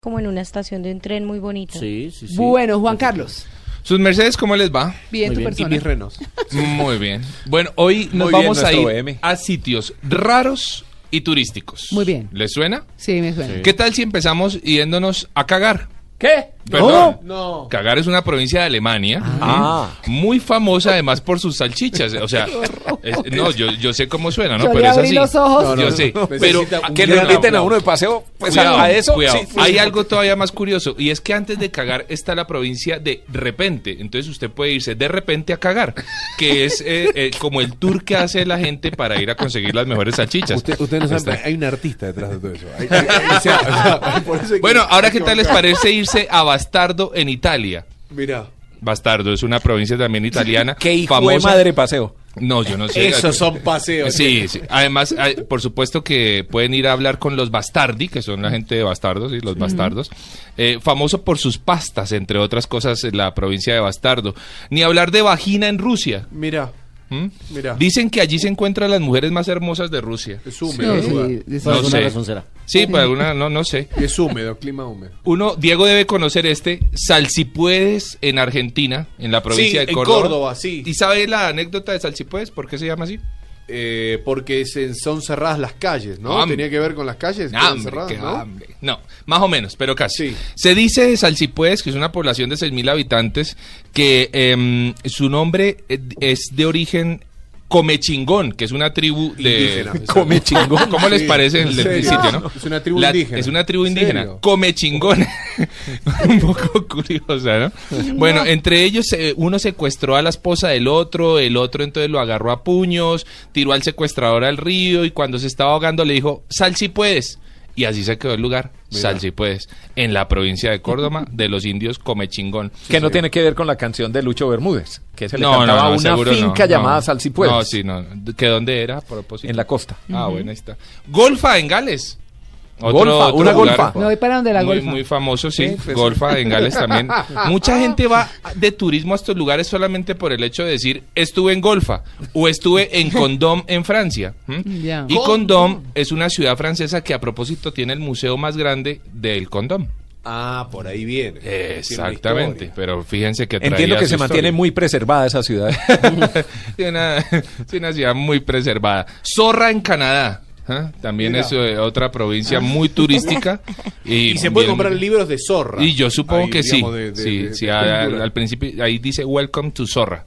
como en una estación de un tren muy bonita. Sí, sí, sí. Bueno, Juan Carlos. Sus mercedes, ¿cómo les va? Bien, Muy tu bien. persona. Y mis renos. Muy bien. Bueno, hoy nos Muy bien, vamos a nuestro ir BM. a sitios raros y turísticos. Muy bien. ¿Les suena? Sí, me suena. ¿Qué tal si empezamos yéndonos a cagar? ¿Qué? Perdón. No. Cagar es una provincia de Alemania. Ah. Muy famosa además por sus salchichas. O sea, es- no, yo, yo sé cómo suena, ¿no? Yo pero le es abrí así. los ojos. Yo sé. Pero Necesita un ¿qué Que le- le no, inviten no, a uno de paseo, pues cuidado, a eso. cuidado. sí. Hay algo todavía más curioso y es que antes de cagar está la provincia de repente. Entonces usted puede irse de repente a cagar, que es eh, eh, como el tour que hace la gente para ir a conseguir las mejores salchichas. Usted, usted no sabe, Está. hay un artista detrás de todo eso. Hay- hay- hay- o sea, por eso hay que- Bueno, ahora qué hay tal les bancar. parece irse a Bastardo en Italia. Mira. Bastardo es una provincia también italiana. Qué hijo de famosa. madre paseo. No, yo no sé. Esos son paseos. Sí, sí. Además, hay- por supuesto que pueden ir a hablar con los bastardi, que son la gente de bastardos, y los bastardos. Eh, famoso por sus pastas, entre otras cosas, en la provincia de Bastardo. Ni hablar de vagina en Rusia. Mira, ¿m? mira. Dicen que allí se encuentran las mujeres más hermosas de Rusia. Es No, húmedo. sí, lugar. sí. Por No alguna sé. razón será. Sí, para alguna, no, no sé. Es húmedo, clima húmedo. Uno, Diego debe conocer este, Salsipuedes en Argentina, en la provincia Sí, de en Córdoba. Córdoba, sí. ¿Y sabe la anécdota de Salsipuedes? ¿Por qué se llama así? Eh, porque se- son cerradas las calles, ¿no? Hambre. Tenía que ver con las calles. que eran Hambre, cerradas, qué ¿no? hambre. No, más o menos, pero casi. Sí. Se dice de Salsipuez, que es una población de 6.000 habitantes, que em, su nombre eh, es de origen Comechingón, que es una tribu de... Indígena. Comechingón. ¿Cómo les Sí, parece en el, el serio. sitio, no? Es una tribu indígena. Es una tribu ¿En indígena. serio? Comechingón. Un poco curiosa, ¿no? Bueno, entre ellos eh, uno secuestró a la esposa del otro, el otro entonces lo agarró a puños, tiró al secuestrador al río y cuando se estaba ahogando le dijo, sal si puedes. Y así se quedó el lugar, sal si puedes, en la provincia de Córdoba de los indios Comechingón. Que no tiene que ver con la canción de Lucho Bermúdez, que se le No, no, cantaba no, a una seguro no, finca no. llamada Salsipuez, No, sí, no. ¿Que dónde era? A propósito. en la costa. Ah, bueno, ahí está. Golfa en Gales. Golfa, una golfa. Me voy para donde la muy, golfa. muy famoso, sí. golfa en Gales también. Mucha gente va de turismo a estos lugares solamente por el hecho de decir estuve en Golfa o estuve en Condom en Francia. ¿Mm? Ya. Y Condom es una ciudad francesa que a propósito tiene el museo más grande del condom. Ah, por ahí viene. Tiene una Exactamente. historia. Pero fíjense que Entiendo traía que su se mantiene historia. muy preservada esa ciudad. Sí, una, sí, una ciudad muy preservada. Zorra en Canadá. ¿ah? También Mira. es eh, otra provincia muy turística. Y, Y se puede bien- comprar libros de zorra. Y yo supongo Ahí, que sí. digamos, de- de- sí, de- sí, de a- al, cultura. principio ahí dice Welcome to Zorra.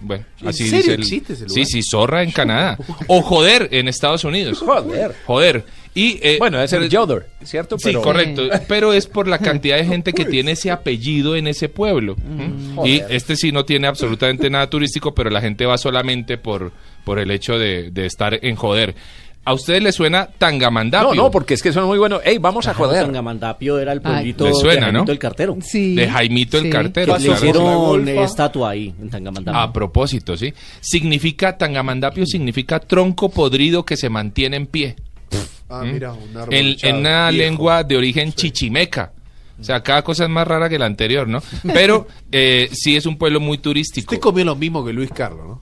Bueno, ¿En así serio dice el- existe ese lugar? Sí, sí, Zorra en Canadá. O Joder en Estados Unidos. Joder. Joder. Y, eh, Bueno, debe ser pero- Yoder, ¿cierto? Sí, correcto. Pero es por la cantidad de gente que tiene ese apellido en ese pueblo. ¿Mm? y este sí no tiene absolutamente nada turístico, pero la gente va solamente por, por el hecho de, de estar en joder. ¿A ustedes les suena No, Tangamandapio? no, porque es que suena muy bueno. ey, vamos a joder. Tangamandapio era el pueblito Le suena, de Jaimito ¿no? el cartero. Sí. De Jaimito el Sí. Que Cartero. Pasó le por claro. Ah, la hicieron golfa. eh, estatua ahí, en Tangamandapio. A propósito, ¿sí? Significa, Tangamandapio significa tronco podrido que se mantiene en pie. Ah, mira, un árbol ¿Mm? en, hinchado, en una viejo. lengua de origen chichimeca. O sea, cada cosa es más rara que la anterior, ¿no? Pero eh, sí es un pueblo muy turístico. Usted comió lo mismo que Luis Carlos, ¿no?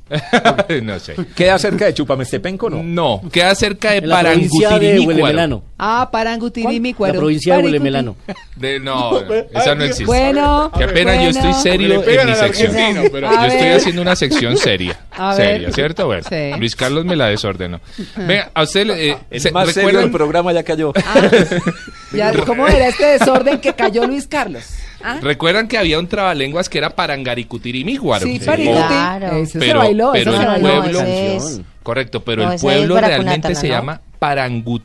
no sé. ¿Queda cerca de Chupamestepenco no? No, queda cerca de en la provincia de Parangutirimícuaro. Huelemelano. Ah, Parangutirimícuaro. La provincia de Parincuti- Huelemelano. De- No, no, esa no existe. Bueno. Qué pena, yo bueno. estoy Le serio en pegan mi al sección. argentino, pero- A yo estoy ver. haciendo una sección seria. A ver. seria, ¿cierto? Bueno, Sí. Luis Carlos me la desordenó. Venga, a usted le- eh, El se- más serio ¿recuerdan? del programa ya cayó. Ya, ¿Cómo era este desorden que cayó Luis Carlos? ¿Ah? ¿Recuerdan que había un trabalenguas que era Parangaricutirimícuaro? Sí, O- Parincuti. Claro. Eso se Pero- bailó, pero eso se el bailó. pueblo- esa es- Canción. Correcto, pero No, el ese es pueblo Baracunátana, realmente se ¿no? llama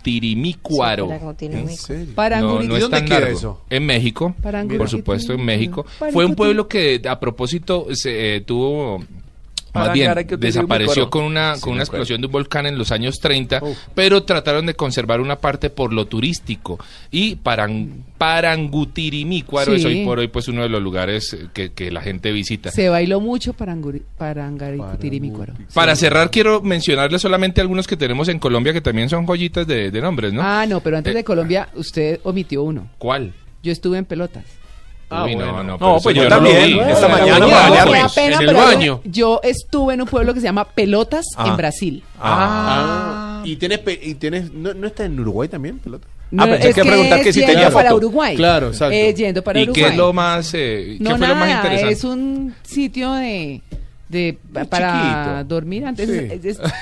Parangutirimicuaro. Parangutirimícuaro. No, Paranguri- no ¿Y es dónde tan queda largo. eso? En México, Paranguti- por supuesto, en México. Paranguti- Fue un pueblo que a propósito se eh, tuvo más bien Parangaracutirimícuaro. desapareció con una Sí, con una me acuerdo. explosión de un volcán en los años 30, pero trataron de conservar una parte por lo turístico y Paran, Parangutirimícuaro es Sí. hoy por hoy pues uno de los lugares eh, que, que la gente visita. Se bailó mucho Paranguri- Parangaricutirimícuaro. Para cerrar, quiero mencionarles solamente algunos que tenemos en Colombia que también son joyitas de, de nombres, ¿no? Ah, no, pero antes Eh, de Colombia, usted omitió uno. ¿Cuál? Yo estuve en pelotas. Ah, Uy, bueno. no, No, pero pues eso yo no lo también. vi. Esta No, mañana no, me no, bañé, no, me da pues, pena, en el pero yo- baño. Yo estuve en un pueblo que se llama Pelotas Ah. en Brasil. Ah. Ah. Y tenés, pe- y tenés no, ¿no está en Uruguay también, pelota? No, Ah, pensé es que preguntar que si yendo tenía para foto. Uruguay. Claro, exacto. Es yendo para ¿Y Uruguay. qué es lo más, eh, No, qué fue lo más nada, interesante? es un sitio de, de pa- Muy para chiquito. dormir antes, Sí. es- es-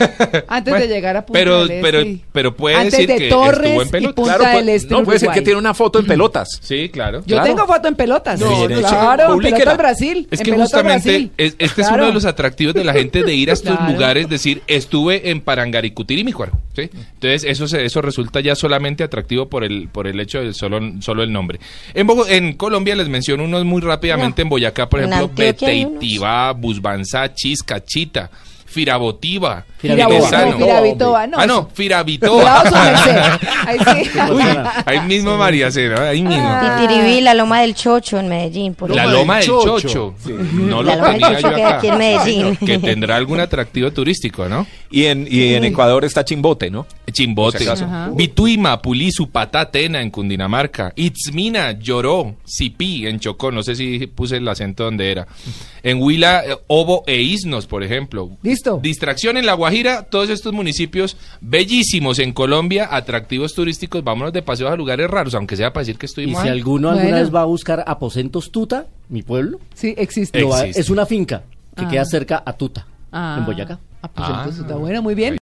antes Bueno, de llegar a Punta pero, del Este pero, y- pero puede Antes decir de que Torres estuvo en y pues, pelota. Punta Claro, del pu- Este, no puede ser Uruguay. que tiene una foto en pelotas. Sí, claro. Yo Claro. tengo foto en pelotas. No, Sí, no, claro, en publíquela. pelota al Brasil. Es en que pelota al justamente Brasil. es- este es Claro. uno de los atractivos de la gente de ir a estos Claro. lugares, decir, estuve en Parangaricutirí, mi ¿sí? Entonces, eso se- eso resulta ya solamente atractivo por el por el hecho del solo, solo el nombre. En Bogo- en Colombia les menciono unos muy rápidamente, en Boyacá, por En ejemplo, Antioquia hay unos. Beteitibá, Busbanzá, Chiscachita, Firabotiva, Firaboa. Inesano. No, Firabitoa, no. Ah, no, Firabitoa. Cuidado, su merced. Ahí sí. Uy, ahí mismo María Cera, ahí mismo. Titiribí, la Loma del Chocho en Medellín. por La ejemplo. Loma del Chocho. Sí. No La lo Loma del tenía yo Chocho queda acá. aquí en Medellín. Que tendrá algún atractivo turístico, ¿no? Y en, y en Ecuador está Chimbote, ¿no? Chimbote. Por si acaso. Ajá. Bituima, Pulizu, Patatena en Cundinamarca. Itzmina, Lloró, Sipí en Chocó. No sé si puse el acento donde era. En Huila, eh, Obo e Isnos, por ejemplo. Listo. Distracción en La Guajira. Todos estos municipios bellísimos en Colombia, atractivos turísticos. Vámonos de paseos a lugares raros, aunque sea para decir que Y estuvimos si ahí. alguno alguna Bueno. vez va a buscar aposentos Tuta, mi pueblo, Sí, existe. lo va- Existe. es una finca que Ah. queda cerca a Tuta, Ah, en Boyacá. Ah, pues Ah. entonces está bueno, muy bien.